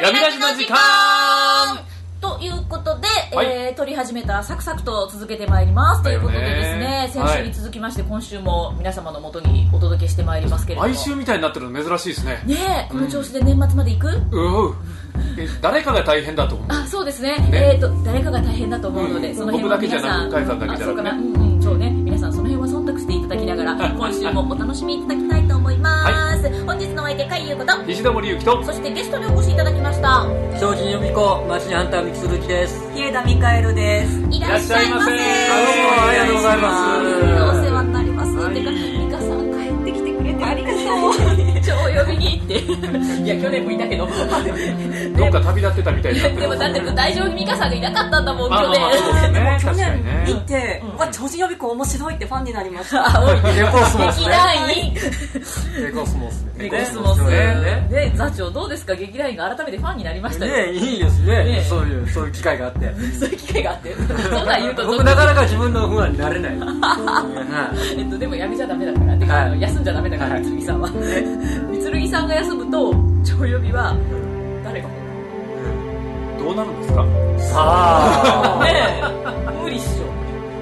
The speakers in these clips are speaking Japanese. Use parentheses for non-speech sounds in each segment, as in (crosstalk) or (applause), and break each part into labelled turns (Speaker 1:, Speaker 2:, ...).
Speaker 1: 闇ラジの時間
Speaker 2: ということで、
Speaker 1: はい
Speaker 2: えー撮り始めたサクサクと続けてまいりますと
Speaker 1: だ
Speaker 2: いう
Speaker 1: よ
Speaker 2: こ
Speaker 1: ね
Speaker 2: とでですね先週に続きまして今週も皆様のもとにお届けしてまいりますけれども
Speaker 1: 毎週みたいになってるの珍しいですね
Speaker 2: ねえこの調子で年末まで行く、
Speaker 1: うおうえ誰かが大変だと思う
Speaker 2: あそうですね
Speaker 1: ね
Speaker 2: えー、と誰かが大変だと思うので、
Speaker 1: うん
Speaker 2: その辺は
Speaker 1: 僕だけ
Speaker 2: 皆
Speaker 1: じゃな
Speaker 2: さん
Speaker 1: く向井さんだけじゃなくね
Speaker 2: あそうかなうんうんそうね皆さんその辺は忖度していただきながら今週もお楽しみいただきたいと思います、本日のお相手海優子と
Speaker 1: 西田森ゆきと
Speaker 2: そしてゲストにお越しいただきました
Speaker 3: 精進予備校町にハンターミキ鈴木です
Speaker 4: 日枝ミカエルです。
Speaker 2: いらっしゃいませ
Speaker 1: いらっしゃいませどうもありがとうございます
Speaker 2: お世話になります、
Speaker 3: はい
Speaker 2: てか美香さん帰って
Speaker 4: できてくれてありがとう。
Speaker 2: 超呼びに行っていや去年もいたけど
Speaker 1: どっか旅立ってたみたいになってる
Speaker 2: でもだって大丈夫美香さんがいなかったんだもん
Speaker 1: まあ
Speaker 2: 去
Speaker 1: まあまあそう
Speaker 2: 年
Speaker 1: ですね確かにね
Speaker 4: 行って、うわ、超人予備校面白いってファンになりました。
Speaker 2: あおい
Speaker 3: レコスモ
Speaker 2: 劇団員
Speaker 1: レコスモス
Speaker 2: レコスモス
Speaker 3: ね
Speaker 2: で座長どうですか劇団員が改めてファンになりましたよ、
Speaker 3: ねいいですね
Speaker 2: ね
Speaker 3: そういうそういう機会があって
Speaker 2: そういう機会があってそんなん言うと
Speaker 3: 僕なかなか自分の不安になれ
Speaker 2: (laughs)
Speaker 3: ないはい
Speaker 2: えっと、でもやめちゃダメだからてか、
Speaker 3: はい
Speaker 2: あの休んじゃダメだから
Speaker 3: はい
Speaker 2: 三剣さんは三剣さんが休むと超呼びは誰が
Speaker 1: どうなるんですか
Speaker 3: さあ
Speaker 2: ねえ無理っしょ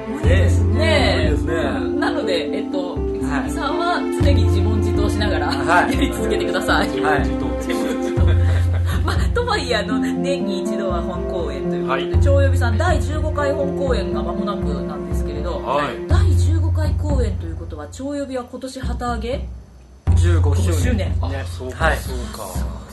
Speaker 3: 無理です
Speaker 2: ねえ
Speaker 3: 無理ですね
Speaker 2: なのでえっと三木さんは常に自問自答しながら、
Speaker 3: はい
Speaker 2: やり続けてください
Speaker 1: 自問自答
Speaker 2: まあ、とはいえあの年に一度は本公演ということで、
Speaker 1: は
Speaker 2: 超予備さん第15回本公演が間もなくなんですけれど、
Speaker 1: はい
Speaker 2: 第15回公演ということは超予備は今年旗揚げ
Speaker 3: 15
Speaker 2: 5周
Speaker 3: 周
Speaker 2: 年
Speaker 3: 年
Speaker 1: あそう
Speaker 3: は
Speaker 1: か
Speaker 3: い
Speaker 1: そうか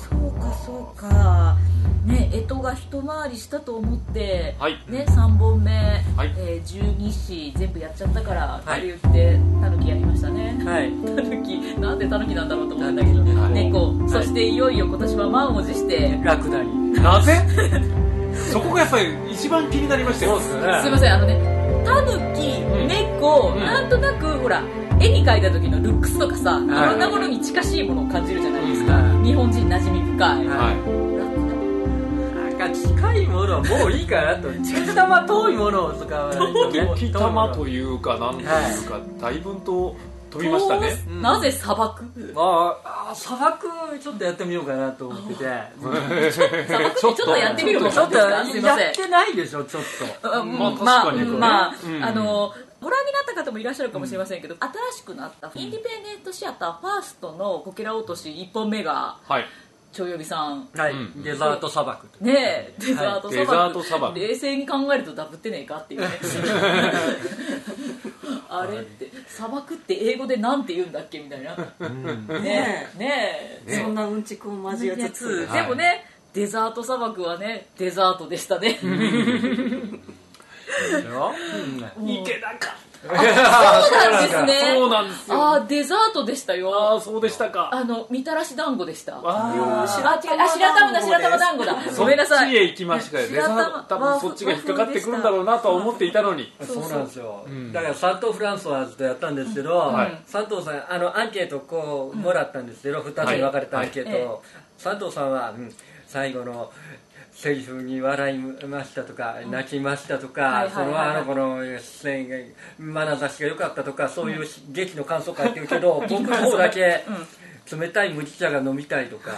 Speaker 2: そうかそうかねえ干支が一回りしたと思って、
Speaker 1: はい
Speaker 2: ね、3本目、
Speaker 1: はい
Speaker 2: えー12子全部やっちゃったから
Speaker 3: は
Speaker 2: か
Speaker 3: い
Speaker 2: りゆってたぬきやりましたね (laughs)
Speaker 3: はい
Speaker 2: たぬきなんでたぬきなんだろうと思ったけど
Speaker 3: 狸ね
Speaker 2: 猫、
Speaker 3: はい
Speaker 2: そしていよいよ今年は満を持して
Speaker 3: ラクダに
Speaker 1: なぜそこがやっぱり一番気になりましたよ
Speaker 2: すいませんあのねタヌキ
Speaker 1: ん
Speaker 2: 猫、
Speaker 1: うん
Speaker 2: なんとなくほら絵に描いた時のルックスとかさ、い
Speaker 3: はい
Speaker 2: ろんなものに近しいものを感じるじゃないですか、
Speaker 3: は
Speaker 2: 日本人馴染み深い、
Speaker 3: は
Speaker 1: は
Speaker 3: なんか近いものはもういいかなと近玉遠いものを使わないとね
Speaker 1: い時たまというかなんというか大分と飛びましたね
Speaker 2: どうなぜ砂漠、
Speaker 3: まああー砂漠ちょっとやってみようかなと思ってて
Speaker 2: 砂漠ってちょっとやってみるもん
Speaker 3: ち
Speaker 2: なん
Speaker 3: ょっ
Speaker 2: です
Speaker 3: と
Speaker 2: か
Speaker 3: や
Speaker 2: すいませ
Speaker 3: っ
Speaker 2: ん
Speaker 3: てないでしょちょっと
Speaker 2: うん
Speaker 1: まあ確かにこれね
Speaker 2: まあ、
Speaker 1: うん
Speaker 2: あのご覧になった方もいらっしゃるかもしれませんけど、新しくなったインディペンデントシアターファーストのこけら落とし1本目が
Speaker 1: はい
Speaker 2: ちょい呼びさん
Speaker 3: はい、
Speaker 1: うん
Speaker 3: デザート砂漠と
Speaker 2: ねえデザート砂漠,、
Speaker 1: はいデザート砂漠
Speaker 2: 冷静に考えるとダブってねえかって (laughs) いうねあれって砂漠って英語でなんて言うんだっけみたいなねえねえ
Speaker 4: そんなうんちくを交え
Speaker 2: や
Speaker 4: つ
Speaker 2: つ
Speaker 4: つ、
Speaker 2: でもね、デザート砂漠はねデザートでしたね
Speaker 3: でし
Speaker 4: (laughs)
Speaker 3: ょ、うん
Speaker 1: いけなかっ
Speaker 2: そうなんです
Speaker 1: たそう
Speaker 2: ね
Speaker 1: なんですよ
Speaker 2: ああデザートでした
Speaker 1: あ
Speaker 2: よ
Speaker 1: あそうでしたか
Speaker 2: あのみたらし団子でしたあ
Speaker 1: ああ
Speaker 2: 白玉あ白玉だ白玉団子だごめんなさ
Speaker 1: そっちへ
Speaker 2: い
Speaker 1: 行きましたよね
Speaker 2: 白玉
Speaker 1: 多分そっちが引っかかってくるんだろうなとは思っていたのに
Speaker 3: そうなんですよ、
Speaker 1: ん
Speaker 3: だからサントフランソワーズとやったんですけど、
Speaker 1: はい
Speaker 3: 佐藤さんあのアンケートこうもらったんですけど、二2つに分かれたアンケート、
Speaker 2: はいはい
Speaker 3: 佐藤さんは、うん最後のセリフに笑いましたとか、泣きましたとか、
Speaker 2: はいはいはい
Speaker 3: そのあの子の出演が眼差しが良かったとかそういうし劇の感想書いてるけど、僕の方だけ、冷たい麦茶が飲みたいとか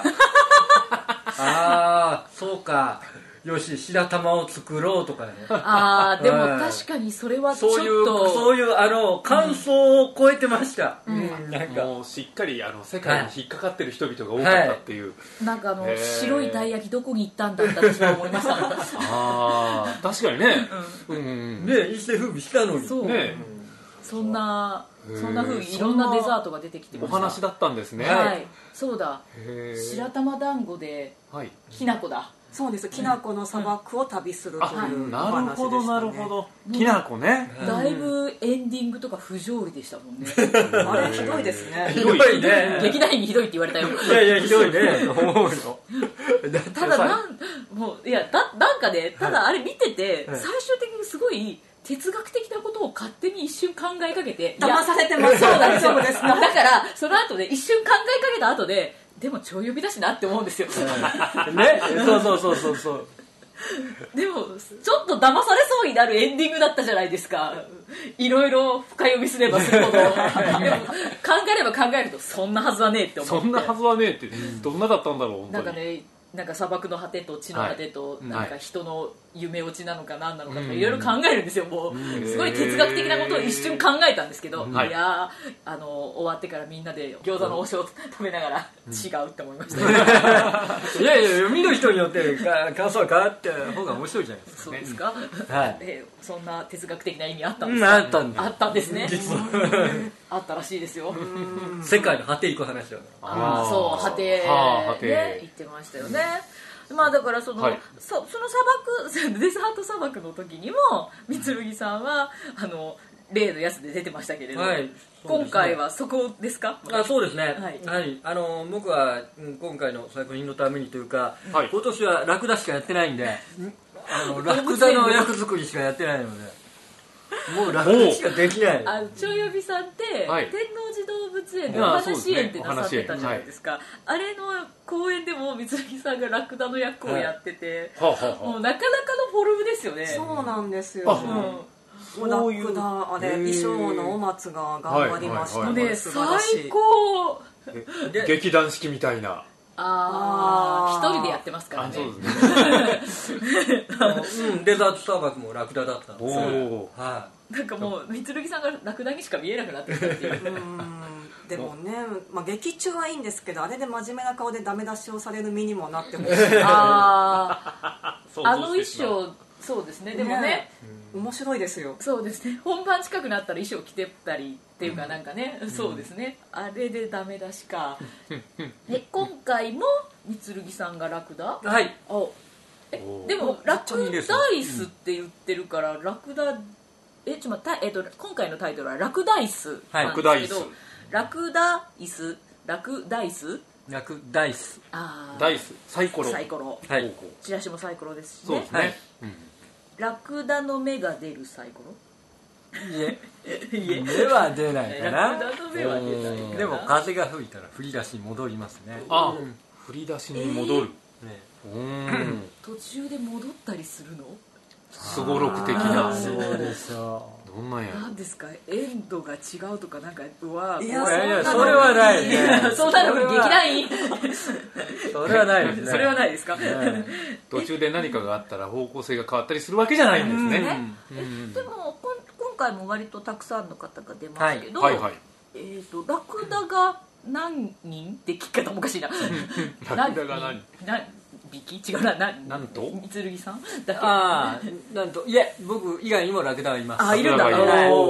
Speaker 3: ああそうかよし白玉を作ろうとかね
Speaker 2: ああでも
Speaker 3: はい
Speaker 2: 確かにそれはちょっと
Speaker 3: そういう、そういう、あの、感想を超えてました。うん、なんか。
Speaker 1: もうしっかりあの世界に引っかかってる人々が多かったっていう、
Speaker 2: なんかあの
Speaker 1: へー
Speaker 2: 白いたい焼きどこに行ったんだって私は思いました
Speaker 1: (laughs) ああ確かにねうん、うんね
Speaker 3: ね、一世風靡したのに。
Speaker 2: そう
Speaker 1: え
Speaker 2: そんな
Speaker 1: へー
Speaker 2: そんなふうにいろんなデザートが出てきてま
Speaker 1: お
Speaker 2: した
Speaker 1: 話だったんですね、
Speaker 2: はい、
Speaker 3: はい
Speaker 2: そうだ
Speaker 1: へえ
Speaker 2: 白玉団子で
Speaker 1: はい
Speaker 2: きなこだ
Speaker 4: そうです。きなこの砂漠を旅すると
Speaker 1: あ、
Speaker 4: いうお話でした、ね。
Speaker 1: なるほどなるほ。ど、きなこね
Speaker 3: うん
Speaker 2: だいぶエンディングとか不条理でしたもんね
Speaker 4: あれひどいですね
Speaker 3: (laughs) ひどいね。
Speaker 2: 劇団員にひどいって言われたよ
Speaker 3: いやいや、ひどいね。思うよ。だって
Speaker 2: (laughs) ただなんもういやだなんかねただあれ見てて、
Speaker 3: は
Speaker 2: 最
Speaker 3: い
Speaker 2: 終的にすごい哲学的なことを勝手に一瞬考えかけていや
Speaker 4: 騙されてます。
Speaker 2: そうなんで
Speaker 4: 大
Speaker 2: すよ
Speaker 4: 丈夫です。
Speaker 2: だからその後で一瞬考えかけた後ででも超呼びだしなって思うんですよ
Speaker 3: (laughs) ね、そうそうそうそうそう。
Speaker 2: でもちょっと騙されそうになるエンディングだったじゃないですかいろいろ深読みすればするほどでも考えれば考えるとそんなはずはねえって思う
Speaker 1: そんなはずはねえって、どんなだったんだろう本
Speaker 2: な
Speaker 1: 当
Speaker 2: ん
Speaker 1: に
Speaker 2: かねなんか砂漠の果てと地の果てと、
Speaker 1: い
Speaker 2: なんか人の夢落ちなのか何なのかとかいろいろ考えるんですよもう、
Speaker 1: ん
Speaker 2: すごい哲学的なことを一瞬考えたんですけど、
Speaker 1: はい
Speaker 2: いやーあの終わってからみんなで餃子の王将を食べながら違うって思いました、
Speaker 3: いやいや見る人によってか感想は変わった方が面白いじゃないです
Speaker 2: そうですか、
Speaker 3: かはい
Speaker 2: えそんな哲学的な意味あったんです
Speaker 3: うん
Speaker 2: か、
Speaker 3: あったんだ
Speaker 2: あったんですね
Speaker 3: 実は
Speaker 2: (laughs) あったらしいですよ
Speaker 3: 世界の果て行く話だな
Speaker 2: あ
Speaker 1: あ
Speaker 2: ー
Speaker 1: ー
Speaker 2: そう果て
Speaker 1: はあ果て
Speaker 2: ね言ってましたよね、まあだからその、
Speaker 1: はい
Speaker 2: そその砂漠 (laughs) デスハート砂漠の時にも三剣さんはあの例のやつで出てましたけれど、
Speaker 3: はい
Speaker 2: 今回はそこですか
Speaker 3: あそうですね、
Speaker 2: はい
Speaker 3: はいあの僕はうん今回の作品のためにというか、
Speaker 1: はい
Speaker 3: 今年はラクダしかやってないんで、あ (laughs) のラクダの役作りしかやってないので、もうラクダしかできない、
Speaker 2: あの長呼びさんって、
Speaker 1: はい
Speaker 2: 天王寺動物園でお話園ってなさってたじゃないですかあれの公演でも三木さんがラクダの役をやってて、
Speaker 1: はあはあ
Speaker 2: も
Speaker 1: は
Speaker 2: うなかなかのフォルムですよね
Speaker 4: そうなんですよ、
Speaker 1: あ
Speaker 2: うん
Speaker 4: もうラックダあれ
Speaker 1: へ
Speaker 4: 衣
Speaker 1: ー
Speaker 4: 装のお松が頑張りました
Speaker 1: はい
Speaker 2: もう
Speaker 1: はい
Speaker 2: ね
Speaker 1: は
Speaker 2: 最
Speaker 4: 素晴らしい
Speaker 2: 高
Speaker 1: あ劇団式みたいな
Speaker 2: あ
Speaker 4: あ
Speaker 2: あ
Speaker 4: ー
Speaker 2: 一人でやってますからね
Speaker 1: すね
Speaker 3: あのうん、デザート砂漠もラクダだったん
Speaker 1: お
Speaker 3: ですよ
Speaker 1: お
Speaker 3: は
Speaker 2: なんかもう三剣さんがラクダにしか見えなくなってきたっていう
Speaker 4: うんでもね、まあ、劇中はいいんですけどあれで真面目な顔でダメ出しをされる身にもなってほしい
Speaker 2: (laughs) (laughs) あ
Speaker 1: 想
Speaker 2: ーあの
Speaker 1: 像
Speaker 2: 衣
Speaker 1: してしまう
Speaker 2: 装そうですねでもね
Speaker 4: ね面白いですよ
Speaker 2: そうですね本番近くなったら衣装着てたりっていうかなんかね、そうですねあれでダメ出しか (laughs) で今回も三剣さんがラクダ
Speaker 3: い、はい、
Speaker 2: あえ
Speaker 1: おー
Speaker 2: でもラ
Speaker 3: ちょっとい
Speaker 2: ク
Speaker 3: いですね
Speaker 2: ダイスって言ってるからラクダえちょっと待って、えっと、今回のタイトルは「ラクダイス」なんですけど、
Speaker 1: はい
Speaker 2: ラクダイスラクダイス
Speaker 3: ラクダイス、
Speaker 2: あー
Speaker 1: ダイスサイコロ
Speaker 2: サイコロ
Speaker 3: はい
Speaker 1: ほうほう
Speaker 2: チラシもサイコロですし
Speaker 1: そう
Speaker 2: ね
Speaker 1: ですね、
Speaker 3: はい
Speaker 1: うん
Speaker 2: ラクダの目が出るサイコロ
Speaker 3: いえ、
Speaker 2: いえ
Speaker 3: 目は出ないか
Speaker 2: ラ
Speaker 3: な
Speaker 2: ク、ダの目は出ないかな
Speaker 3: でも風が吹いたら振り出しに戻りますね、
Speaker 1: あ振り出しに戻る、
Speaker 3: ね
Speaker 1: うーん
Speaker 2: 途中で戻ったりするの
Speaker 1: すごろく的
Speaker 3: あ
Speaker 1: な
Speaker 3: ーそうでしょう。
Speaker 1: どんなんや
Speaker 2: なんですかエンドが違うとかなんかうわ
Speaker 4: いや
Speaker 3: いやいや
Speaker 4: そ
Speaker 3: そ
Speaker 4: ん
Speaker 3: れ
Speaker 4: なの
Speaker 3: はない
Speaker 2: い
Speaker 3: ね
Speaker 2: やそうなのに劇団員
Speaker 3: それはないですね
Speaker 2: それはないですか、
Speaker 3: ね
Speaker 1: 途中で何かがあったら方向性が変わったりするわけじゃないんですね
Speaker 2: えでもこん今回も割とたくさんの方が出ますけ
Speaker 1: うん
Speaker 2: ど、
Speaker 1: はいはい
Speaker 2: えー、とラクダが何人って聞き方もおかしいな
Speaker 1: ラクダが何
Speaker 2: 人何匹違うな何
Speaker 1: なんと
Speaker 2: 三剣さんだけ
Speaker 3: ああなんといえ僕以外にもラクダはいます
Speaker 2: あいるんだ
Speaker 1: ラクダがいる
Speaker 2: お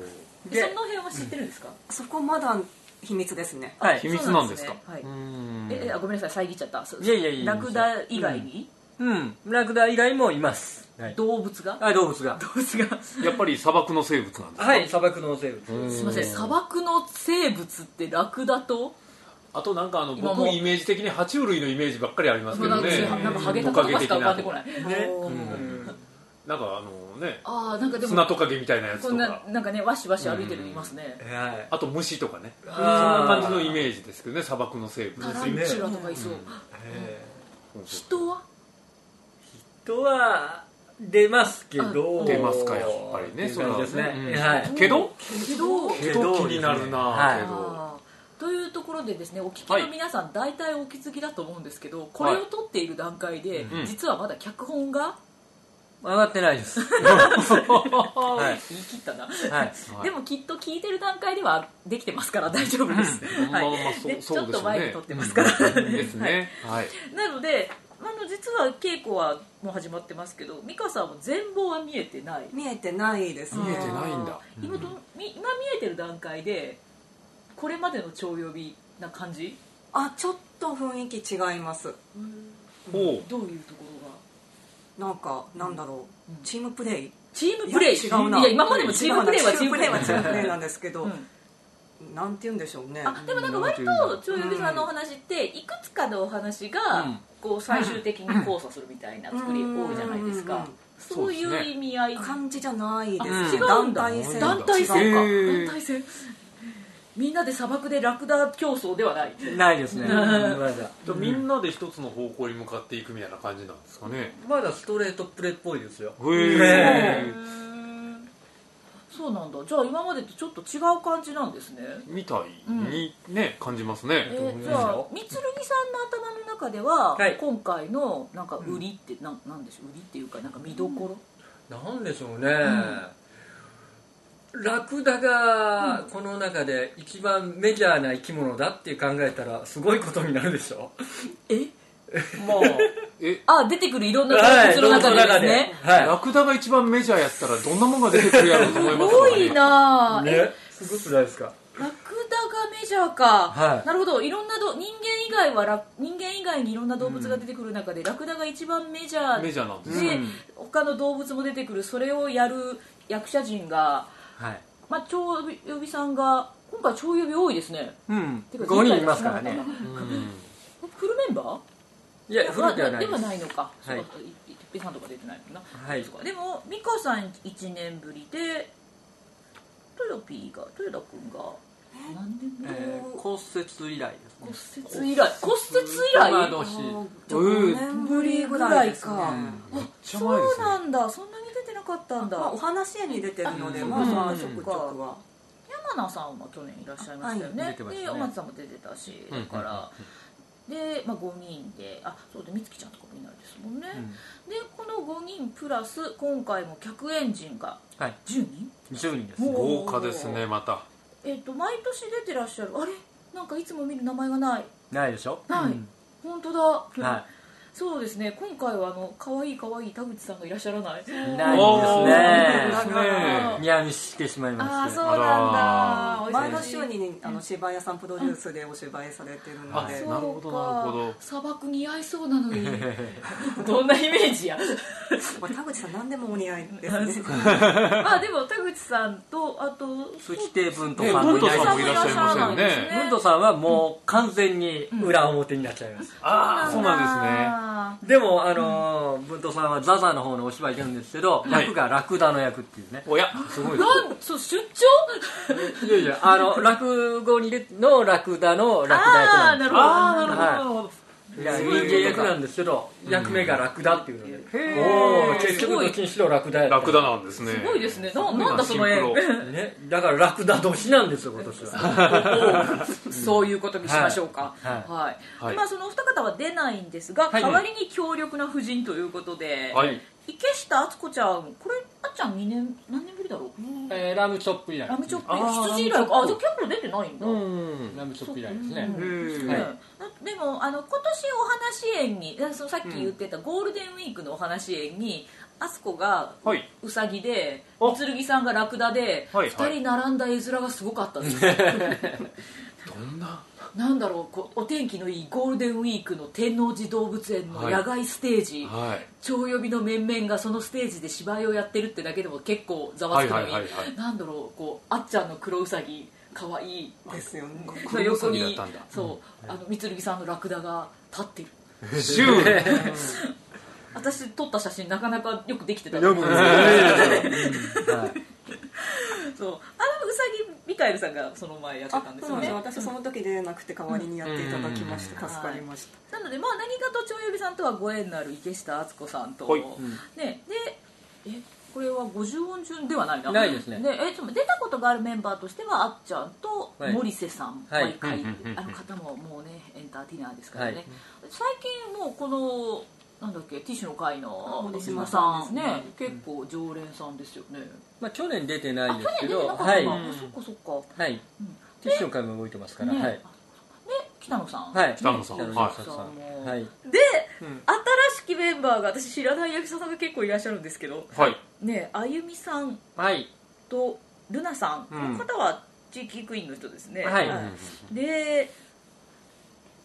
Speaker 1: おー
Speaker 2: でその辺は知ってるんですか、
Speaker 4: そこまだ秘密ですね
Speaker 3: はい
Speaker 1: 秘密なんですか
Speaker 2: そうなんですねはいう
Speaker 1: ーん
Speaker 2: ええあごめんなさい遮っちゃったそう
Speaker 3: いやいやいや
Speaker 2: ラクダ以外に、
Speaker 3: うんラクダ以外もいますはい
Speaker 2: 動物が
Speaker 3: あ動物が
Speaker 2: 動物がす
Speaker 1: やっぱり砂漠の生物なんです
Speaker 3: はい砂漠の生物
Speaker 2: いません砂漠の生物ってラクダと
Speaker 1: あとなんかあの
Speaker 2: 今
Speaker 1: 僕
Speaker 2: も
Speaker 1: イメージ的に爬虫類のイメージばっかりありますけ
Speaker 2: な
Speaker 1: ど
Speaker 2: んか
Speaker 1: ね
Speaker 2: なんかハゲタカとかしか浮かんでこない、
Speaker 3: ね
Speaker 4: おー
Speaker 1: なんかあのね
Speaker 2: ああなんかで
Speaker 1: 砂
Speaker 2: も
Speaker 1: トカゲみたいなやつ
Speaker 2: ことんな
Speaker 1: か
Speaker 2: なんかねわしわし歩いてるいますね、
Speaker 3: はい
Speaker 1: あと虫とかねそん
Speaker 3: あ
Speaker 1: な感
Speaker 3: ー
Speaker 1: じのイメージですけどね砂漠の生物
Speaker 2: タランチュラとかいそう、
Speaker 3: え
Speaker 2: 人は
Speaker 3: ーとは出ますけ
Speaker 2: あ
Speaker 3: ど
Speaker 1: 出ますかやっぱりね
Speaker 3: っていう感じです
Speaker 1: それはね
Speaker 3: ね
Speaker 1: うん
Speaker 3: はい
Speaker 1: けど
Speaker 2: けど
Speaker 1: けど気になるなけ
Speaker 3: は
Speaker 1: ど
Speaker 2: あーというところでですねお聞きの皆さん大体お気づきだと思うんですけどこれを撮っている段階で
Speaker 1: うん
Speaker 2: 実はまだ脚本が
Speaker 3: い上がってないです
Speaker 2: (laughs)
Speaker 3: はい
Speaker 2: 言い切ったな
Speaker 3: はい
Speaker 1: はい
Speaker 2: でもきっと聞いてる段階ではできてますから大丈夫です
Speaker 1: まあまあ
Speaker 2: はい
Speaker 1: そ
Speaker 2: で
Speaker 1: う
Speaker 2: ち
Speaker 1: そ
Speaker 2: ょっ
Speaker 1: うでし
Speaker 2: と
Speaker 1: ょう
Speaker 2: 前
Speaker 1: ね
Speaker 2: に撮ってますから
Speaker 1: うんですねはい
Speaker 2: なのであの実は稽古はもう始まってますけど美香さんも全貌は見えてない
Speaker 4: 見えてないですね
Speaker 1: 見えてないんだ
Speaker 2: 今どみ今見えてる段階でこれまでの超呼びな感じ
Speaker 4: あちょっと雰囲気違います
Speaker 1: ほう
Speaker 2: どういうところが
Speaker 4: なんかなんだろう、チームプレイ
Speaker 2: チームプレイ
Speaker 4: いや違うない
Speaker 2: や今までもチームプレイは
Speaker 4: 違うな
Speaker 2: チームプレイ
Speaker 4: チームプレイなんですけど、
Speaker 2: うん
Speaker 4: なんて言うんでしょうね
Speaker 2: あでもなんか割と超呼びさんのお話っていくつかのお話が
Speaker 3: うん
Speaker 2: こう最終的に交差するみたいな作り多いじゃないです
Speaker 4: うんうん
Speaker 2: か
Speaker 4: うん
Speaker 2: そうい
Speaker 1: そ
Speaker 2: う
Speaker 1: うですね
Speaker 2: 意味合い
Speaker 4: 感じじゃないです、
Speaker 3: あ
Speaker 2: 違うん
Speaker 4: 団
Speaker 2: だ
Speaker 4: 体戦
Speaker 2: 団体戦
Speaker 1: へ
Speaker 2: か
Speaker 1: ー
Speaker 2: 団体戦みんなで砂漠でラクダ競争ではない
Speaker 3: ないですねうんまだ
Speaker 1: じゃあみんなで一つの方向に向かっていくみたいな感じなんですかね
Speaker 3: まだストレートプレーっぽいですよ
Speaker 1: へえ
Speaker 2: うーんそうなんだじゃあ今までとちょっと違う感じなんですね
Speaker 1: みたいにね、感じますね
Speaker 2: え
Speaker 5: 思いますよ
Speaker 2: じゃあ三剣さんの頭の中では、
Speaker 5: はい
Speaker 2: 今回のなんか売りって、なん、なんでしょう売りっていうかなんか見どころ、
Speaker 5: なんでしょうね、ラクダがこの中で一番メジャーな生き物だって考えたらすごいことになるでしょ
Speaker 2: え
Speaker 1: まあ
Speaker 5: (laughs)
Speaker 1: え
Speaker 2: あ出てくるいろんな動物の中でですね、
Speaker 5: はい
Speaker 1: ラクダが一番メジャーやったらどんなもんが出てくるやろうと思い
Speaker 2: す
Speaker 1: ます
Speaker 2: ご
Speaker 1: (laughs)
Speaker 2: いなあ、え
Speaker 5: ねすごくないですか
Speaker 2: ラクダがメジャーか、
Speaker 5: はい
Speaker 2: なるほどいろんなど人間以外はラ人間以外にいろんな動物が出てくる中で、ラクダが一番メジャー
Speaker 1: メ
Speaker 2: で
Speaker 1: ジャーなんですね、
Speaker 2: 他の動物も出てくるそれをやる役者陣が、
Speaker 3: はい
Speaker 2: まあ、超呼びさんが今回超呼び多いですね
Speaker 3: うん
Speaker 2: てか
Speaker 3: 5人いますから
Speaker 2: 前
Speaker 3: ね
Speaker 2: 回の
Speaker 1: うん
Speaker 2: フルメンバー
Speaker 3: いや古くはない
Speaker 2: で
Speaker 3: で
Speaker 2: は
Speaker 3: す
Speaker 2: ないのか、
Speaker 3: はい
Speaker 2: そうかいいっぺんさんとか出てないもんな、
Speaker 3: はい
Speaker 2: そうかでも美香さん1年ぶりで豊ピーが豊田君が何年ぶり、
Speaker 3: えー骨折以来ですね
Speaker 2: 骨折以来骨折以来
Speaker 3: まあ同士
Speaker 4: じゃあ5年ぶりぐらいですね
Speaker 2: ぐらいか
Speaker 1: めっちゃ
Speaker 2: そ
Speaker 1: 前で
Speaker 2: う
Speaker 1: すね
Speaker 2: なんだそんなに出てなかったんだ
Speaker 4: まあ、お話に出てるので、
Speaker 3: うん
Speaker 4: まあま
Speaker 2: う
Speaker 4: あ
Speaker 2: ん
Speaker 4: ちょくちょくは、
Speaker 2: 山名さんは去年いらっしゃいましたよね,、
Speaker 3: はい出てましたね
Speaker 2: でお松さんも出てたしだから、で、まあ、5人であそうで美月ちゃんとかもいないですもんね、
Speaker 3: うん
Speaker 2: でこの5人プラス今回も客演陣が
Speaker 3: はい
Speaker 2: 10人
Speaker 3: 10人です
Speaker 2: もう
Speaker 1: 豪華ですねまた
Speaker 2: えっ、と毎年出てらっしゃるあれなんかいつも見る名前がない
Speaker 3: ないでしょ
Speaker 2: ない
Speaker 3: うん
Speaker 2: 本当だ、
Speaker 3: は
Speaker 2: そうですね今回はあの可愛い可愛い田口さんがいらっしゃらない
Speaker 3: い
Speaker 2: あ
Speaker 3: ない
Speaker 1: おー
Speaker 3: ですね
Speaker 1: ね
Speaker 3: ニヤミしてしまい
Speaker 2: あ
Speaker 3: ま
Speaker 2: ー
Speaker 3: し
Speaker 2: そ
Speaker 3: て
Speaker 2: うなんだ
Speaker 1: あ
Speaker 2: お
Speaker 4: 前
Speaker 2: 忙
Speaker 4: の
Speaker 2: しい
Speaker 4: 週にあの芝居屋さんプロデュースでお芝居されてるの
Speaker 1: あ
Speaker 4: で
Speaker 1: そうなるほどなるほど
Speaker 2: 砂漠似合いそうなのに
Speaker 3: (laughs)
Speaker 2: (laughs) どんなイメージや
Speaker 4: まあ田口さん何でもお似合いですね
Speaker 2: まあでも田口さんとあと
Speaker 3: 月亭文
Speaker 1: ね
Speaker 3: とさんもいない
Speaker 1: 文斗
Speaker 3: し
Speaker 1: さんもいらっしゃいませんね
Speaker 2: そう
Speaker 3: 文斗さんはもう完全に
Speaker 5: 裏表になっちゃいます、
Speaker 1: ああそうなん
Speaker 2: んで
Speaker 3: でもあのー文斗さんはザザの方のお芝居出るんですけど
Speaker 1: はい
Speaker 3: 役がラクダの役っていうね
Speaker 1: ですねおや
Speaker 3: すごいです
Speaker 2: なんそう出張
Speaker 3: いやいやあの落語に出のラクダのラクダ役
Speaker 2: あ
Speaker 3: な
Speaker 2: あ
Speaker 3: んで
Speaker 2: なるほど
Speaker 1: ああなるほど
Speaker 3: はい
Speaker 1: なるほど
Speaker 3: すいや
Speaker 1: す
Speaker 3: 人
Speaker 1: ごい
Speaker 3: 間役なんですけど役目がラクダっていうので
Speaker 1: へ
Speaker 5: おー結局どっちにしろラクダやった
Speaker 1: ラクダなんですね
Speaker 2: すごいですねな
Speaker 1: ごいな
Speaker 2: なんだその絵
Speaker 1: シンプ
Speaker 3: ねだからラクダ年なんですよ今年は
Speaker 2: そういうことにしましょうか
Speaker 3: はい
Speaker 2: はい
Speaker 1: はい (laughs)
Speaker 2: まあそのお二方は出ないんですが
Speaker 3: はい
Speaker 2: 代わりに強力な夫人ということで
Speaker 1: はい
Speaker 2: 池下敦子ちゃんこれあっちゃん2年何年ぶりだろう
Speaker 5: えーラムチョップ以来
Speaker 2: ラムチョップ
Speaker 1: あー
Speaker 2: 羊以来かあじゃあ結構出てないんだ、
Speaker 1: うん
Speaker 5: ラムチョップ以来ですね、
Speaker 1: うん
Speaker 5: はい
Speaker 2: うんでもあの今年お話園にだそのさっき言ってたゴールデンウィークのお話園にあすこが
Speaker 1: はい
Speaker 2: ウサギで
Speaker 1: あ
Speaker 2: 剣さんがラクダで
Speaker 1: はいはい
Speaker 2: 2人並んだ絵面がすごかったんですよ
Speaker 1: どんな
Speaker 2: (laughs) なんだろうこうお天気のいいゴールデンウィークの天王寺動物園の野外ステージ、
Speaker 1: はい
Speaker 2: 超呼びの面々がそのステージで芝居をやってるってだけでも結構ざわつくのに、
Speaker 1: はいはいはいはい
Speaker 2: なんだろうこうあっちゃんの黒ウサギかわいい
Speaker 4: ですよね
Speaker 2: の
Speaker 1: 黒ウ
Speaker 2: 横
Speaker 1: サギだっ
Speaker 2: に
Speaker 1: たんだ
Speaker 2: そうあの三剣さんのラクダが立ってる
Speaker 1: シュー
Speaker 2: 私撮った写真なかなかよくできてた
Speaker 1: 読むね
Speaker 3: はい
Speaker 2: そうあのうさぎミカエルさんがその前やって
Speaker 4: あ
Speaker 2: たんです
Speaker 4: そうな
Speaker 2: よ
Speaker 4: んで
Speaker 2: ね
Speaker 4: す私その時出なくて代わりにやっていただきました助かりました
Speaker 2: なのでまあ何かと蝶呼びさんとはご縁のある池下敦子さんと、
Speaker 1: はい
Speaker 2: ねでえこれは50音順ではないな
Speaker 3: ないですね
Speaker 2: えちょっと出たことがあるメンバーとしてはあっちゃんと
Speaker 3: はい
Speaker 2: 森瀬さん、
Speaker 3: はい
Speaker 2: 毎回
Speaker 1: うんうんうんうん
Speaker 2: あの方ももうねエンターテイナーですからね、
Speaker 3: はい
Speaker 2: 最近もうこのなんだっけティッシュの会の
Speaker 4: 森
Speaker 2: 森島
Speaker 4: 島さん
Speaker 2: さんね、結構常連さんですよね、
Speaker 3: まあ去年出てない
Speaker 2: あ
Speaker 3: ん
Speaker 2: 去
Speaker 3: ですけ
Speaker 2: 年出て
Speaker 3: ど
Speaker 2: なかったか、
Speaker 3: はい
Speaker 2: あそっかそっか
Speaker 3: はいティッシュの会も動いてますから
Speaker 2: ね
Speaker 3: はい
Speaker 2: あで北野さん、
Speaker 3: はい
Speaker 1: 北野さん
Speaker 3: 北野
Speaker 1: はい
Speaker 3: さん
Speaker 2: は
Speaker 3: はいい
Speaker 2: で、新しきメンバーが私知らない役者さんが結構いらっしゃるんですけど、
Speaker 1: はい
Speaker 2: ねあゆみさん
Speaker 3: はい
Speaker 2: とルナさん、
Speaker 3: うん
Speaker 2: この方は地域クイーンの人ですね
Speaker 3: はい
Speaker 2: で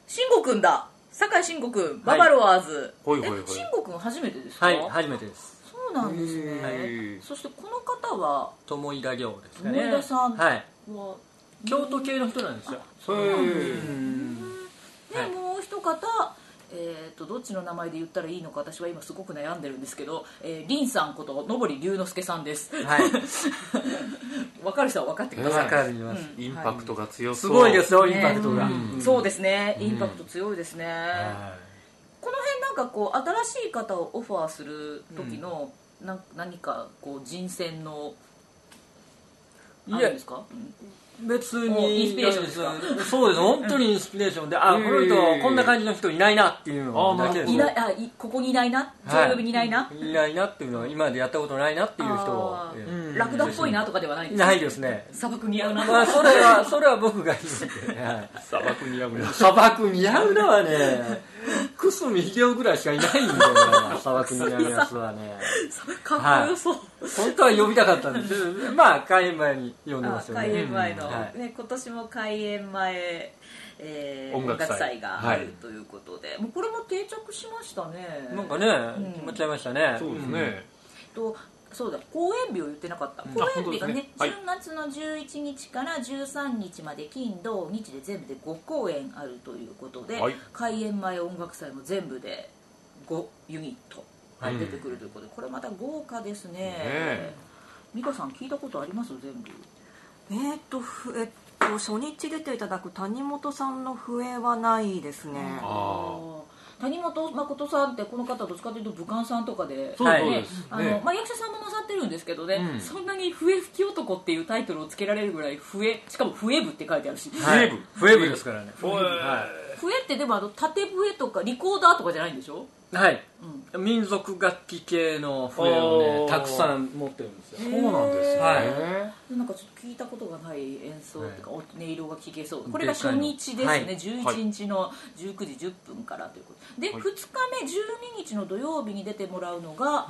Speaker 2: 慎吾君だ酒井慎吾君
Speaker 3: は
Speaker 2: バ
Speaker 3: い
Speaker 2: バロワーズ、
Speaker 1: ほいほいほい
Speaker 2: え慎吾君初めてですか、
Speaker 3: はい初めてです
Speaker 2: そうなんです
Speaker 1: へ
Speaker 2: ね
Speaker 1: ー
Speaker 2: そしてこの方は
Speaker 3: 友井田亮ですか
Speaker 2: 森
Speaker 3: ね
Speaker 2: 田さんは、
Speaker 3: はい
Speaker 2: は
Speaker 3: 京都系の人なんですよ
Speaker 1: へー
Speaker 2: で、
Speaker 3: はい
Speaker 2: もう一方、えー、とどっちの名前で言ったらいいのか私は今すごく悩んでるんですけど、えー、リンさんことのぼり龍之介さんです
Speaker 3: はい
Speaker 2: 分かる人は分かってください、
Speaker 3: わかります
Speaker 2: うん
Speaker 1: インパクトが強
Speaker 3: す
Speaker 1: そう
Speaker 3: ごいですよイ
Speaker 2: ね
Speaker 3: ンパクトが
Speaker 2: うんそうですねインパクト強いですね、この辺なんかこう新しい方をオファーする時の、なん何かこう人選のあるんですか
Speaker 3: 別
Speaker 2: お
Speaker 3: に
Speaker 2: インスピレーションですか
Speaker 3: そうです本当にインスピレーションで、あこの人
Speaker 1: うん
Speaker 3: こんな感じの人いないなっていうのだけ
Speaker 1: あ
Speaker 3: で
Speaker 1: ー
Speaker 3: す
Speaker 2: いないあいここにいないな
Speaker 3: はい
Speaker 2: 上呼びにいないな、
Speaker 3: いないなっていうのは今までやったことないなっていう人を
Speaker 2: あー
Speaker 3: うん
Speaker 2: ラクダっぽいなとかではないんですか
Speaker 3: ないですね
Speaker 2: 砂漠似合うなと
Speaker 3: ま
Speaker 2: か
Speaker 3: あそれはそれは僕が言うんで、はい
Speaker 1: 砂漠にやむ
Speaker 3: 砂漠似合うのはねクスミヒゲオぐらいしかいないんだよな砂漠似合うやつはね
Speaker 2: かっこよそう、
Speaker 3: 本当は呼びたかったんですまあ開演前に呼んで
Speaker 2: あ
Speaker 3: ますよね
Speaker 2: 開演前の、
Speaker 3: うんはい
Speaker 2: ね、今年も開演前、えー
Speaker 1: 音楽祭
Speaker 2: があるということで、もうこれも定着しましたね
Speaker 3: なんかね、
Speaker 2: うん
Speaker 3: 決まっちゃいましたね
Speaker 1: そうですね、
Speaker 2: とそうだ公演日を言ってなかった公演日がね
Speaker 1: あ本
Speaker 2: 10月の11日から13日まで金土日で全部で5公演あるということで、
Speaker 1: はい
Speaker 2: 開演前音楽祭も全部で5ユニットが出てくるということで、これまた豪華ですね
Speaker 1: え
Speaker 2: 美香さん聞いたことあります全部
Speaker 4: えーっとふえっと初日出ていただく谷本さんの笛はないですね
Speaker 1: あ
Speaker 2: 谷本誠さんってこの方どっちかというと武漢さんとかで
Speaker 1: そう
Speaker 3: はい
Speaker 1: そう
Speaker 2: ね
Speaker 1: です、
Speaker 2: あ
Speaker 1: ね
Speaker 2: のまあ、役者さんもなさってるんですけどね、
Speaker 1: うん
Speaker 2: そんなに「笛吹き男」っていうタイトルをつけられるぐらい笛しかも「笛部」って書いてあるし、
Speaker 3: はい
Speaker 1: 笛部
Speaker 3: 笛部ですからね
Speaker 1: おい
Speaker 3: は
Speaker 2: 笛ってでもあの縦笛とかリコーダーとかじゃないんでしょ、
Speaker 3: い、はい、
Speaker 2: うん、
Speaker 3: 民族楽器系の笛を
Speaker 1: お
Speaker 3: ね
Speaker 1: ー
Speaker 3: たくさん持ってるんですよ
Speaker 1: そうなんですね、
Speaker 3: は
Speaker 2: なんかちょっと聞いたことがない演奏っていうか、音色が聞けそうこれが
Speaker 3: でか
Speaker 2: 初
Speaker 3: いの
Speaker 2: 日ですね、
Speaker 3: はい
Speaker 2: 11日の19時10分からということで、
Speaker 1: はい
Speaker 2: 2日目12日の土曜日に出てもらうのが、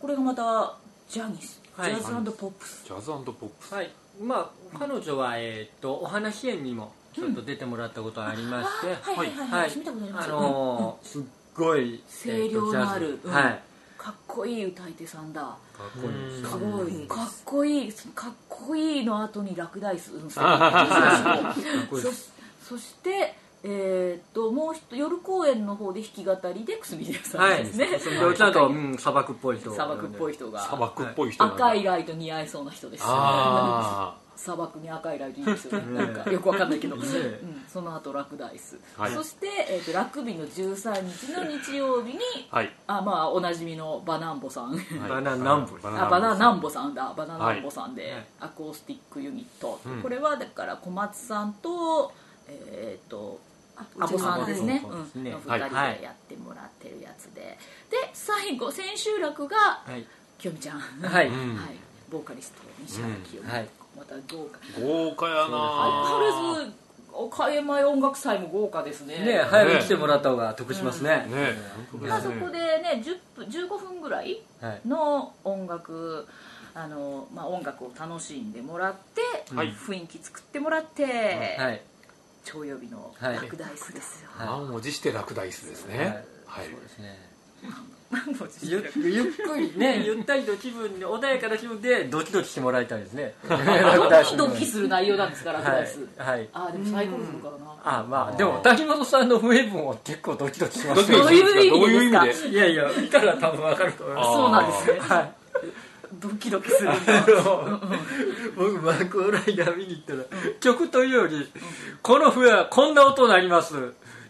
Speaker 2: これがまたジャニス、
Speaker 3: はい
Speaker 2: ジャズポップス
Speaker 1: ジャズポップス、
Speaker 3: はい、まあ彼女は、えー、とお話園にもちょっと出てもらったことがありまして、
Speaker 2: はいはいはい、はい、私見たことあります
Speaker 3: あのーすっごい
Speaker 2: 声量のある
Speaker 3: えーとジャズはい
Speaker 2: かっこいい歌い手さんだ
Speaker 3: かっこいいです
Speaker 4: すごい
Speaker 2: かっこいいそのかっこいいの後に落第数うんそ
Speaker 3: かっこいいで
Speaker 2: そ
Speaker 3: す
Speaker 2: そしてえーっともう一人夜公演の方で弾き語りでくすみでさ
Speaker 3: は
Speaker 2: ん
Speaker 3: い
Speaker 2: ですね、
Speaker 3: ちゃんと、うん、砂漠っぽい人
Speaker 2: 砂漠っぽい人が
Speaker 1: 砂漠っぽい人なんだ
Speaker 2: 赤いライト似合いそうな人です
Speaker 1: あ
Speaker 2: 砂漠に赤いライトいいですよね
Speaker 3: ね
Speaker 2: なんかよくわかんないけど、う
Speaker 3: ね
Speaker 2: ん、その後落第数、
Speaker 1: はい
Speaker 2: そして、えー、とラグビーの13日の日曜日に
Speaker 1: あはい
Speaker 2: あまあおなじみのバナンボさん
Speaker 1: はい
Speaker 3: バナナンボ
Speaker 1: バ
Speaker 2: あバナナン
Speaker 1: ボ
Speaker 2: ボさんだバナナンボさんで、
Speaker 3: はい
Speaker 2: アコースティックユニット、
Speaker 1: うん
Speaker 2: これはだから小松さんとえーっと
Speaker 4: あ
Speaker 2: アボさんですね
Speaker 3: アボ
Speaker 2: う
Speaker 3: さん
Speaker 2: ん
Speaker 3: ですね
Speaker 2: の
Speaker 1: は
Speaker 2: 2
Speaker 1: い
Speaker 2: 人でやってもらってるやつで、で最後千秋楽が
Speaker 3: はい、
Speaker 2: きよみちゃん、は
Speaker 3: はいい
Speaker 1: うん
Speaker 2: ボーカリスト西原きよみ、
Speaker 3: うんはい
Speaker 2: また豪華
Speaker 1: 豪華や
Speaker 2: 相変わら
Speaker 1: な
Speaker 2: ずお開演前音楽祭も豪華ですね
Speaker 3: ね早く来てもらった方が得しますね、
Speaker 1: ね
Speaker 2: まあそこでね10分15分ぐらい
Speaker 3: はい、
Speaker 2: の音楽あの、まあ、音楽を楽しんでもらって、
Speaker 1: はい
Speaker 2: 雰囲気作ってもらって、
Speaker 3: はい、
Speaker 2: 超予備の
Speaker 3: はい
Speaker 2: 落第数ですよ、
Speaker 3: はい
Speaker 1: 満を持して落第数ですねはい
Speaker 3: そうですね
Speaker 2: (laughs) もう実
Speaker 3: ゆっ
Speaker 2: 力
Speaker 3: ゆっくりねゆったりと気分で穏やかな気分でドキドキしてもらいたいですねド
Speaker 2: (laughs) ドキドキする内容なんですから落
Speaker 3: は
Speaker 2: 第
Speaker 3: い
Speaker 2: 数、、
Speaker 3: はい、
Speaker 2: ああでも最高峰からな、
Speaker 3: あまあでも谷本さんの笛分は結構ドキドキしま
Speaker 1: ど
Speaker 3: す
Speaker 2: ど
Speaker 1: う
Speaker 2: う
Speaker 1: い
Speaker 2: いう
Speaker 1: う
Speaker 2: 意
Speaker 1: 意
Speaker 2: 味
Speaker 1: 味
Speaker 2: で
Speaker 1: ですす
Speaker 2: か
Speaker 1: か
Speaker 3: いやいや見たら多分わかると思いま
Speaker 1: あー
Speaker 2: そうなんですね、
Speaker 3: すはい
Speaker 2: ドキドキするんだ
Speaker 3: あの僕マークオライダー見に行ったら、曲というより、この笛はこんな音鳴ります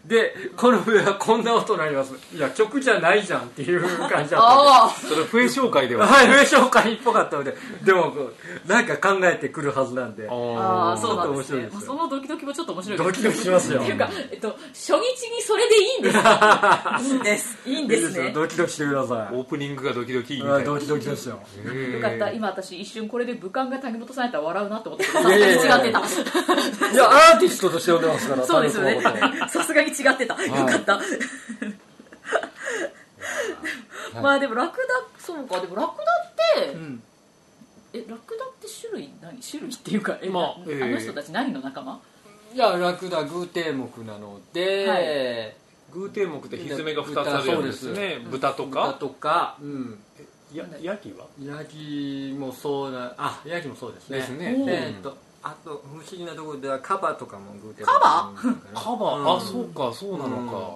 Speaker 3: でこの笛はこんな音鳴りますいや曲じゃないじゃんっていう感じだったんで
Speaker 2: ああ
Speaker 1: それ笛紹介では
Speaker 3: はい笛紹介っぽかったのででもこうなんか考えてくるはずなんで
Speaker 2: ああ
Speaker 1: あー
Speaker 2: そうなんですね
Speaker 3: ちょっと面白いですよ
Speaker 2: まあそのドキドキもちょっと面白いです
Speaker 3: ドキドキしますよ
Speaker 2: っていうか、えっと、初日にそれでいいんですか
Speaker 4: いいです
Speaker 2: いいん
Speaker 3: いい
Speaker 2: で
Speaker 3: ですすよ
Speaker 2: ね
Speaker 3: ドキドキしてくださ
Speaker 1: オープニングがドキドキ
Speaker 3: い
Speaker 1: み
Speaker 3: う
Speaker 1: た
Speaker 3: ん
Speaker 1: いな
Speaker 3: ドキドキですよ
Speaker 2: よ
Speaker 1: よ
Speaker 2: かった今私一瞬これで武漢が谷本さんやったら笑うなと思って
Speaker 3: いやいやいや
Speaker 2: 違ってた
Speaker 3: いやアーティストとして呼んでますから
Speaker 2: そうですよね
Speaker 3: 谷本さんのこ。
Speaker 2: さすがに違ってた。よかった。まあでもラクダそうかでもラクダって、
Speaker 3: とうん
Speaker 2: えラクダって種類何種類っていうかえ、
Speaker 1: まあ
Speaker 2: な
Speaker 1: えー
Speaker 2: あの人たち何の仲間？
Speaker 3: いやラクダ偶定目なので、
Speaker 2: は
Speaker 1: 偶蹄目ってひずめが2つあるやつですね豚と
Speaker 3: 豚
Speaker 1: か
Speaker 3: とか、うん、
Speaker 1: やヤギは
Speaker 3: ヤギもそうなあヤギもそうですね
Speaker 1: ですね
Speaker 2: うん
Speaker 3: えーっとあと不思議なところではカバとかもグーテン
Speaker 2: カ
Speaker 1: カバーあそうかそうなのか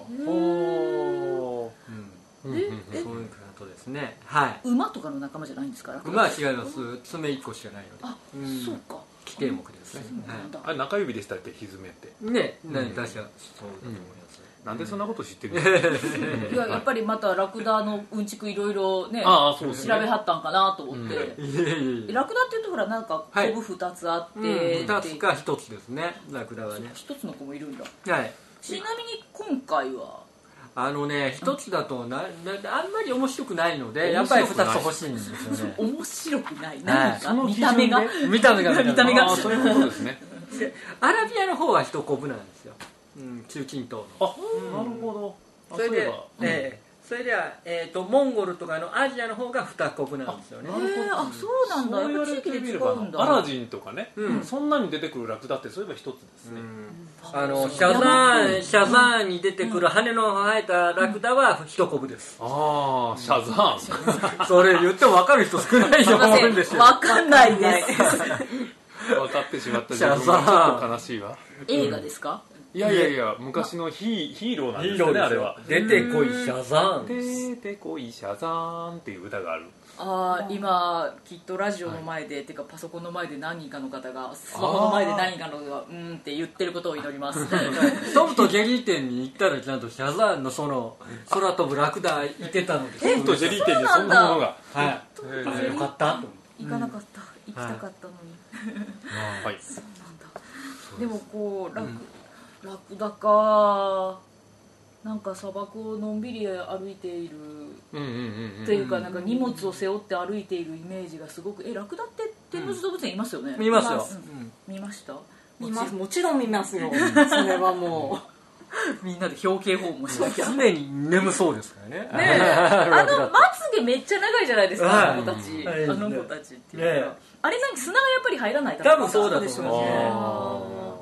Speaker 1: ほ
Speaker 3: う、うん、
Speaker 1: ーうん
Speaker 2: え
Speaker 1: うんうん
Speaker 2: え
Speaker 3: そういうことですねはい
Speaker 2: 馬とかの仲間じゃないんですかラク
Speaker 3: 馬
Speaker 2: ダ
Speaker 3: は。違います爪1個しかないの
Speaker 2: あ、
Speaker 3: でうん
Speaker 2: そうか。
Speaker 3: 規定目ですね
Speaker 2: そうなんだ。
Speaker 1: あれ中指でしたっけひずめって
Speaker 3: はいね
Speaker 1: ん
Speaker 3: 何確かそうだと思います、
Speaker 1: なんでそんなこと知ってるの
Speaker 2: いややっぱりまたラクダのうんちくいろいろね
Speaker 1: ああ
Speaker 2: 調
Speaker 1: そうです
Speaker 2: べ
Speaker 1: ね
Speaker 2: はったんかなと思って、
Speaker 3: いえいえいえ
Speaker 2: ラクダっていうとほらなんかコ
Speaker 3: はい
Speaker 2: ブ2つあって、
Speaker 3: うん二つ
Speaker 2: で
Speaker 3: か一つですねラクダはね
Speaker 2: 一つの子もいるんだ
Speaker 3: はい
Speaker 2: ちなみに今回は
Speaker 3: あのね一つだとななあんまり面白くないのでや
Speaker 1: 面
Speaker 3: っぱり
Speaker 1: 白
Speaker 3: 二
Speaker 1: くな
Speaker 3: つ
Speaker 1: い
Speaker 3: 欲しいんですよ (laughs) ね
Speaker 2: 面白くない
Speaker 3: は
Speaker 2: 何か見
Speaker 3: い
Speaker 2: た目が
Speaker 3: 見た目が
Speaker 2: 見た目が
Speaker 1: ああそういうことですね
Speaker 3: アラビアの方は一コブなんですよ、うん、中近東の
Speaker 1: あなるほどあ
Speaker 3: それで
Speaker 1: ういえば、
Speaker 3: ええそれでは、えー、とモンゴルとかのアジアの方が2コブなんですよね
Speaker 2: えー、あそうなんだ
Speaker 1: そう言
Speaker 2: やっ
Speaker 1: わ
Speaker 2: ぱ地
Speaker 1: れ
Speaker 2: 域で
Speaker 1: てみ
Speaker 2: 違
Speaker 1: れば
Speaker 2: うんだ
Speaker 1: アラジンとかね、
Speaker 3: うん
Speaker 1: そんなに出てくるラクダってそういえば一つです
Speaker 3: う
Speaker 1: ね、
Speaker 3: ん
Speaker 2: あ
Speaker 3: あの
Speaker 2: そう
Speaker 3: シャザーンシャザーンに出てくる羽の生えたラクダは1コブです、
Speaker 1: ああシャザーン、
Speaker 3: (laughs) それ言っても分かる人少ないと思うんですよ
Speaker 2: わかんないです
Speaker 1: 分かってしまった自
Speaker 3: シャザーン
Speaker 1: 分がちょっと悲しいわ
Speaker 2: (laughs) 映画ですか、
Speaker 1: いやいやいや昔のヒーヒーローなんですよねあれは
Speaker 3: 出てこいシャザ
Speaker 1: 「
Speaker 3: ーン
Speaker 1: て
Speaker 3: です
Speaker 1: ーてこいシャザーン」っていう歌がある
Speaker 2: ああ今きっとラジオの前で、てかパソコンの前で何人かの方がスマホの前で何人かの方がうーんって言ってることを祈ります
Speaker 3: トムとジェリー店に行ったらちゃんとシャザーンのその空飛ぶラクダいてたのです
Speaker 1: トムとジェリー店にそんなものが
Speaker 3: は
Speaker 1: え
Speaker 3: いあ
Speaker 1: ー
Speaker 3: よかったと思って
Speaker 2: 行かなかった、行きたかったのに、
Speaker 1: は
Speaker 2: な
Speaker 1: い
Speaker 2: んだでもこう楽、楽だかなんか砂漠をのんびり歩いている
Speaker 1: うんうんうん
Speaker 2: と
Speaker 1: うん
Speaker 2: いうかなんか荷物を背負って歩いているイメージがすごくえラクダって天王寺動物園いますよね、
Speaker 3: 見ますよ、
Speaker 2: 見ました
Speaker 4: 見ますもちろん見ま
Speaker 2: (laughs)
Speaker 4: すよそれはも
Speaker 3: (laughs)
Speaker 2: みんなで表敬訪問しなきゃ
Speaker 3: 常に眠そうですから (laughs) ね
Speaker 2: ねえあのまつげめっちゃ長いじゃないですか
Speaker 3: は
Speaker 2: あ
Speaker 3: い
Speaker 2: の子たち
Speaker 3: はい
Speaker 2: あの子たちっていうか
Speaker 3: ね
Speaker 2: あれなんか砂がやっぱり入らない
Speaker 3: 多分そうだ
Speaker 2: で
Speaker 3: と
Speaker 2: し
Speaker 3: 思
Speaker 2: ょ
Speaker 3: う
Speaker 2: うね
Speaker 1: あ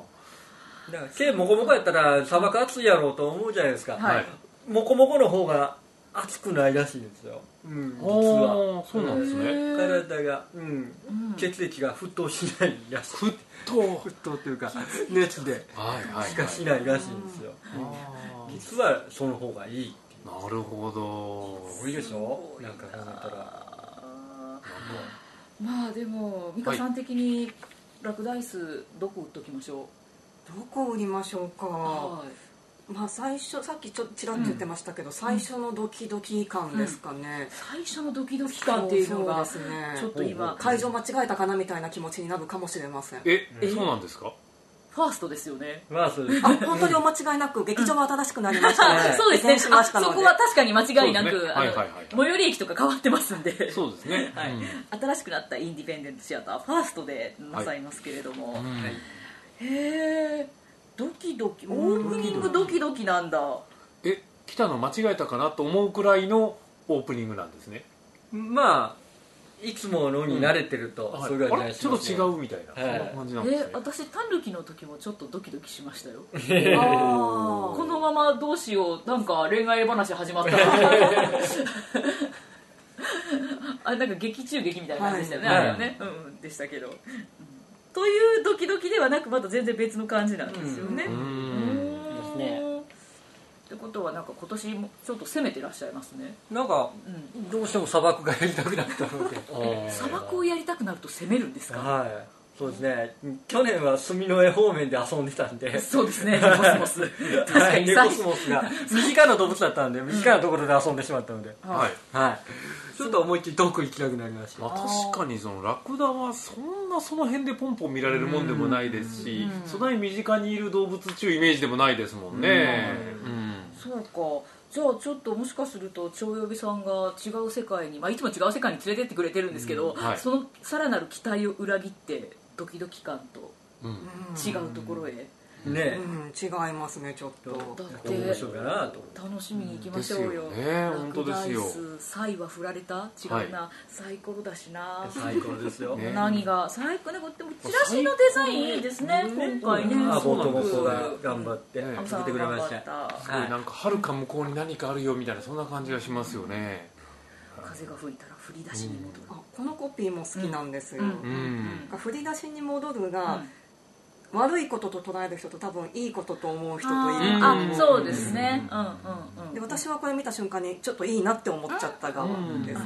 Speaker 3: だから毛モコモコやったら砂漠暑いやろうと思うじゃないですか、
Speaker 1: ー
Speaker 2: はい
Speaker 3: モコモコの方が暑くないらしいんですよ、うん、実は
Speaker 1: あーそうなんですね
Speaker 3: 体が、うん
Speaker 2: ん
Speaker 3: 血液が沸騰しないらしい
Speaker 1: 沸騰
Speaker 3: 沸騰というか熱で
Speaker 1: はいはい、はい、
Speaker 3: しかしないらしいんですよ
Speaker 1: あ
Speaker 3: 実はその方がいい
Speaker 1: ーなるほど
Speaker 3: 多いでしょなんか考えたら
Speaker 2: あーまあでも美香さん的にラクダイスどこ売っときましょ
Speaker 4: うどこ売りましょう
Speaker 2: う
Speaker 4: か
Speaker 2: はい
Speaker 4: まあ最初さっきちょっとちらっと言ってましたけど、最初のドキドキ感ですかね、
Speaker 2: 最初のドキドキ感っていうのが
Speaker 4: そうですね
Speaker 2: ちょっと今
Speaker 4: 会場間違えたかなみたいな気持ちになるかもしれません
Speaker 1: えそうなんですか
Speaker 2: ファーストですよね
Speaker 3: まあそうです
Speaker 4: あ本当にお間違いなく劇場は新しくなりましたの
Speaker 3: は
Speaker 4: で
Speaker 3: い
Speaker 2: そうですね
Speaker 4: 移転しま
Speaker 2: あ
Speaker 4: し
Speaker 2: そ
Speaker 4: たので
Speaker 2: こは確かに間違いな
Speaker 1: そうです
Speaker 2: く
Speaker 1: ね
Speaker 2: あ
Speaker 1: はい
Speaker 2: の
Speaker 1: はいはい
Speaker 2: 最寄り駅とか変わってますんで
Speaker 1: そうですね、
Speaker 2: はい
Speaker 1: うん
Speaker 2: 新しくなったインディペンデントシアターファーストでなさいますけれども、
Speaker 1: うん
Speaker 2: へえドキドキオープニングドキドキなんだ
Speaker 1: え来たの間違えたかなと思うくらいのオープニングなんですね
Speaker 3: まあいつものに慣れてると、
Speaker 1: はい
Speaker 3: それぐ
Speaker 1: あ
Speaker 3: らい
Speaker 1: れちょっと違
Speaker 3: う
Speaker 1: うみたいな、
Speaker 3: はい
Speaker 1: そんな感じなんです
Speaker 2: え
Speaker 1: ね
Speaker 2: 私タヌキの時もちょっとドキドキしましたよ
Speaker 4: あー
Speaker 2: このままどうしようなんか恋愛話始まった
Speaker 1: (laughs)
Speaker 2: ら (laughs) あなんか劇中劇みたいな感じでしたよね、
Speaker 3: はい
Speaker 2: あれはね、うんうん、でしたけど、うんというドキドキではなくまた全然別の感じなんですよね、
Speaker 1: うー
Speaker 2: うんーん
Speaker 3: ですね
Speaker 2: ってことはなんか今年もちょっと攻めてらっしゃいますね、
Speaker 3: なんか
Speaker 2: うん、
Speaker 3: どうしても砂漠がやりたくなった (laughs) ので
Speaker 2: 砂漠をやりたくなると攻めるんですか
Speaker 3: (laughs) はいそうですね去年は住之江方面で遊んでたん (laughs) で
Speaker 2: そうですねコスモス確か
Speaker 3: はい、
Speaker 2: に
Speaker 3: ネ
Speaker 2: 最
Speaker 3: コ
Speaker 2: 初
Speaker 3: スモス (laughs) が身近な動物だったんで身近なところで遊んでしまったので、
Speaker 1: (laughs) はいい、
Speaker 3: (laughs) はい、ちょっと思いっきり遠く行きたくなりました
Speaker 1: まあ、確かにそのラクダはそんなその辺でポンポン見られるもんでもないですし
Speaker 2: うん
Speaker 1: そんなに身近にいる動物っちゅうイメージでもないですもんね
Speaker 2: そうかじゃあちょっともしかすると長呼びさんが違う世界に、まあ、いつも違う世界に連れてってくれてるんですけど、
Speaker 1: うんはい
Speaker 2: そのさらなる期待を裏切ってドキドキ感と
Speaker 1: うん、うん
Speaker 2: 違うところへ、
Speaker 3: ね
Speaker 4: うん、違いますねちょっと
Speaker 2: だっ
Speaker 3: え、どうしよ
Speaker 2: て
Speaker 3: うかなと
Speaker 2: 楽しみに行きましょうよ,、
Speaker 1: ですよね本当ですよ
Speaker 2: ラクダイスサイは振られた違うな、サイコロだしな
Speaker 3: 最高ですよ、
Speaker 1: ね
Speaker 2: 何が最高ねこれでもチラシのデザインいいですね今回ね
Speaker 3: アボ
Speaker 2: す
Speaker 3: ト
Speaker 2: ご
Speaker 3: モ
Speaker 2: く
Speaker 3: コが頑張って
Speaker 1: うん
Speaker 2: アボ
Speaker 3: 作
Speaker 2: さ
Speaker 3: っ
Speaker 2: ん
Speaker 3: てくれまし
Speaker 2: 頑
Speaker 3: た
Speaker 2: 張った
Speaker 1: すごいなんかはるか向こうに何かあるよみたいなそんな感じがしますよね
Speaker 2: 風が吹いたら振り出しに戻る、
Speaker 4: あこのコピーも好きなんですよ、
Speaker 2: うん
Speaker 1: うん、
Speaker 4: なんか振り出しに戻るが、悪いことと捉える人と多分いいことと思う人といる
Speaker 1: ん
Speaker 4: と
Speaker 2: あ
Speaker 4: 思
Speaker 2: ー
Speaker 4: う
Speaker 2: あそうですねうんうんうん
Speaker 4: で私はこれ見た瞬間にちょっといいなって思っちゃった側ですね、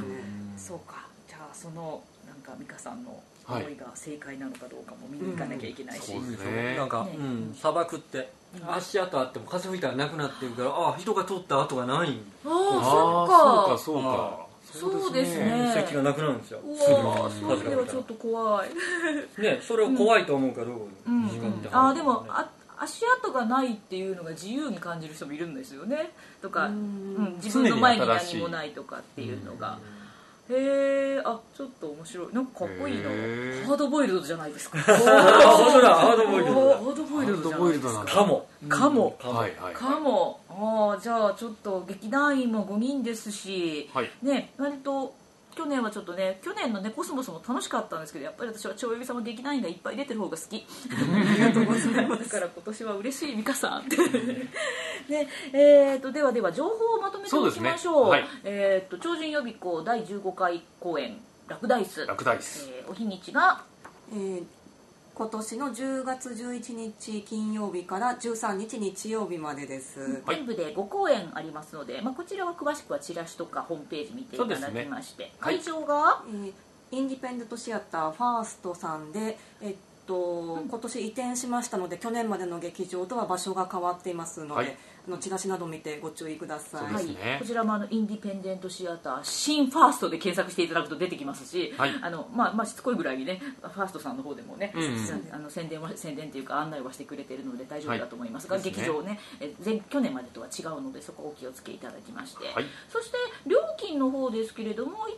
Speaker 2: そうかじゃあそのなんか美香さんの思
Speaker 1: はい
Speaker 2: いが正解なのかどうかも見に行かなきゃいけないし、
Speaker 1: そうです
Speaker 3: う
Speaker 1: ね
Speaker 3: なんか、
Speaker 2: ね
Speaker 3: うん、砂漠って足跡あっても風吹いたらなくなってるからああ人が通った跡がないん
Speaker 2: ああ
Speaker 1: ああそうかそうか
Speaker 2: そっかそうですね
Speaker 5: 遺跡がなくなるんですよ
Speaker 2: うわー
Speaker 1: す
Speaker 2: そ
Speaker 1: ご
Speaker 5: い
Speaker 2: れではちょっと怖い、
Speaker 5: ねそれを怖いと思うかどうか
Speaker 2: うん
Speaker 5: 時間って話だよね
Speaker 2: あーでもあ足跡がないっていうのが自由に感じる人もいるんですよねとか、うん自分の前に何もないとかっていうのがへえあちょっと面白いなんかかっこいいな
Speaker 1: へー
Speaker 2: ハードボイルドじゃないです (laughs) か
Speaker 5: あそらハードボイルド
Speaker 2: ハードボイ
Speaker 1: ハ
Speaker 2: ル
Speaker 1: ン
Speaker 2: ド
Speaker 1: ド
Speaker 2: じゃな
Speaker 1: ボ
Speaker 2: い
Speaker 1: イ
Speaker 2: で
Speaker 1: ル
Speaker 2: すか
Speaker 1: ドなんだ
Speaker 5: かも
Speaker 2: かも
Speaker 5: かも
Speaker 1: はいはい
Speaker 2: かもあーじゃあちょっと劇団員も5人ですし、
Speaker 1: はい
Speaker 2: ね割と去年はちょっとね去年のねコスモスも楽しかったんですけどやっぱり私は超呼びさんも劇団員がいっぱい出てる方が好きありがとうございますだから今年は嬉しい美香さんってねえー、とではでは情報をまとめておきましょう
Speaker 1: そうですねはい
Speaker 2: えー、と超人予備校第15回公演「落第数」
Speaker 1: 落第です
Speaker 2: えーお日にちが
Speaker 4: えー今年の10月11日金曜日から13日日曜日までです。
Speaker 1: はい
Speaker 2: 全部で5公演ありますので、まあ、こちらは詳しくはチラシとかホームページ見ていただ
Speaker 1: そ
Speaker 2: き
Speaker 1: うですね
Speaker 2: まして、
Speaker 1: はい
Speaker 2: 会場が
Speaker 4: えーインディペンデントシアターファーストさんで、えっと今年移転しましたので去年までの劇場とは場所が変わっていますので、
Speaker 1: はい
Speaker 4: あのチラシなど見てご注意ください。
Speaker 1: そうですね
Speaker 2: はい、こちらもあのインディペンデントシアター新ファーストで検索していただくと出てきますし、
Speaker 1: はい
Speaker 2: あのまあまあ、しつこいぐらいにねファーストさんの方でもね、
Speaker 1: うんうん
Speaker 2: あの宣伝は宣伝というか案内はしてくれてるので大丈夫だと思いますが、
Speaker 1: はいです
Speaker 2: 劇
Speaker 1: ね
Speaker 2: 場ねえ前去年までとは違うのでそこをお気をつけいただきまして、
Speaker 1: はい
Speaker 2: そして料金の方ですけれども一応前売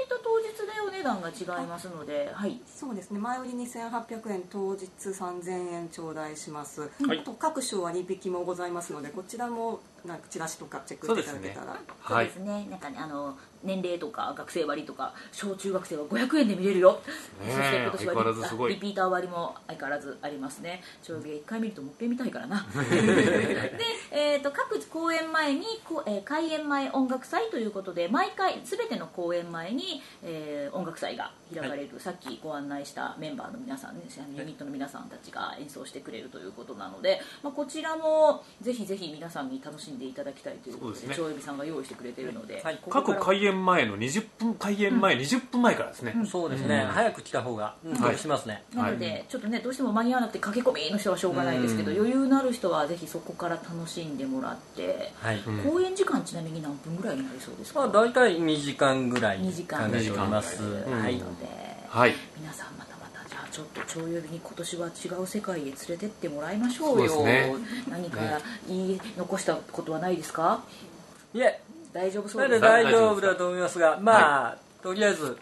Speaker 2: りと当日でお値段が違いますので、はい、
Speaker 4: そうですね前売り2800円当日3000円頂戴します、
Speaker 1: はい
Speaker 4: あと各種割引もございますのでこちらもなんかチラシとかチェックしていただけたら、
Speaker 2: そう
Speaker 1: はい
Speaker 2: ですね、なんかねあの年齢とか学生割とか小中学生は500円で見れるよ、
Speaker 1: ねえ
Speaker 2: そして今年
Speaker 1: 相変わらずす
Speaker 2: は
Speaker 1: ごい
Speaker 2: リリピーター割も相変わらずありますねちょうど1回見るともっぺん見たいから
Speaker 1: (laughs)
Speaker 2: なで、えー、と各公演前に、こうえー開演前音楽祭ということで毎回全ての公演前に、えー音楽祭が開かれる、さっきご案内したメンバーの皆さんねユニットの皆さんたちが演奏してくれるということなので、まあ、こちらもぜひぜひ皆さんに楽しんでいただきたいということで
Speaker 1: そうですね
Speaker 2: 超予備さんが用意してくれてるので、
Speaker 5: はい
Speaker 2: ここか
Speaker 1: 各
Speaker 2: ら
Speaker 1: 開演前の20分開演前20分前からですね
Speaker 5: そうですね、早く来た方が得しますね、
Speaker 2: なので、ちょっとねどうしても間に合わなくて駆け込みの人はしょうがないですけど、余裕のある人はぜひそこから楽しんでもらって、
Speaker 5: はい
Speaker 1: ん
Speaker 2: 公演時間ちなみに何分ぐらいになりそうです
Speaker 5: ま
Speaker 2: か、
Speaker 5: あ、大体2時間ぐらい
Speaker 2: 2
Speaker 5: 考
Speaker 2: 時間
Speaker 5: えております、
Speaker 1: うん
Speaker 5: はい
Speaker 2: なので、
Speaker 1: はい
Speaker 2: 皆さんまたまたじゃあちょっと超曜日に今年は違う世界へ連れてってもらいましょうよ
Speaker 1: そうですね
Speaker 2: 何か言い残したことはないですか
Speaker 5: いえ
Speaker 2: 大丈夫そ
Speaker 5: な
Speaker 2: うんで
Speaker 5: です大丈夫だと思いますがまあ、とりあえず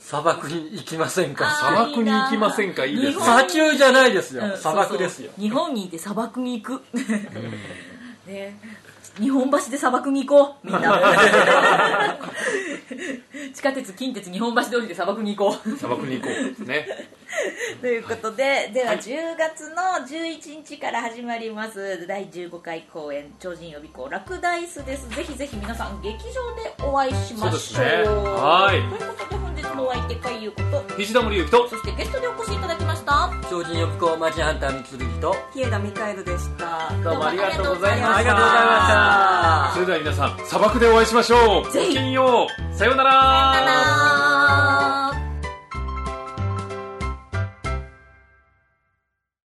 Speaker 5: 砂漠に行きませんか
Speaker 1: 砂漠に行きませんかいいです
Speaker 2: あー
Speaker 1: ね
Speaker 5: 砂
Speaker 2: な
Speaker 5: 丘じゃないですよ、
Speaker 2: うん
Speaker 5: 砂漠ですよ
Speaker 2: そうそう日本にいて砂漠に行くね日本橋で砂漠に行こうみんな
Speaker 1: (laughs)
Speaker 2: 地下鉄近鉄日本橋通りで砂漠に行こう
Speaker 1: 砂漠に行こうね
Speaker 2: ということで、では10月の11日から始まります第15回公演超人予備校ラクダイスですぜひぜひ皆さん劇場でお会いしましょう
Speaker 1: そうですねはい
Speaker 2: ということで本日のお相手かいうこと
Speaker 1: 岸田森ゆきと
Speaker 2: そしてゲストでお越しいただきました
Speaker 5: 超人予備校マジンハンター三剣と
Speaker 4: 日枝ミカエルでした
Speaker 1: どうもありがとうございました
Speaker 5: ありがとうございました
Speaker 1: それでは皆さん砂漠でお会いしましょう
Speaker 2: ぜひ
Speaker 1: ごきげんようさようなら
Speaker 2: さようなら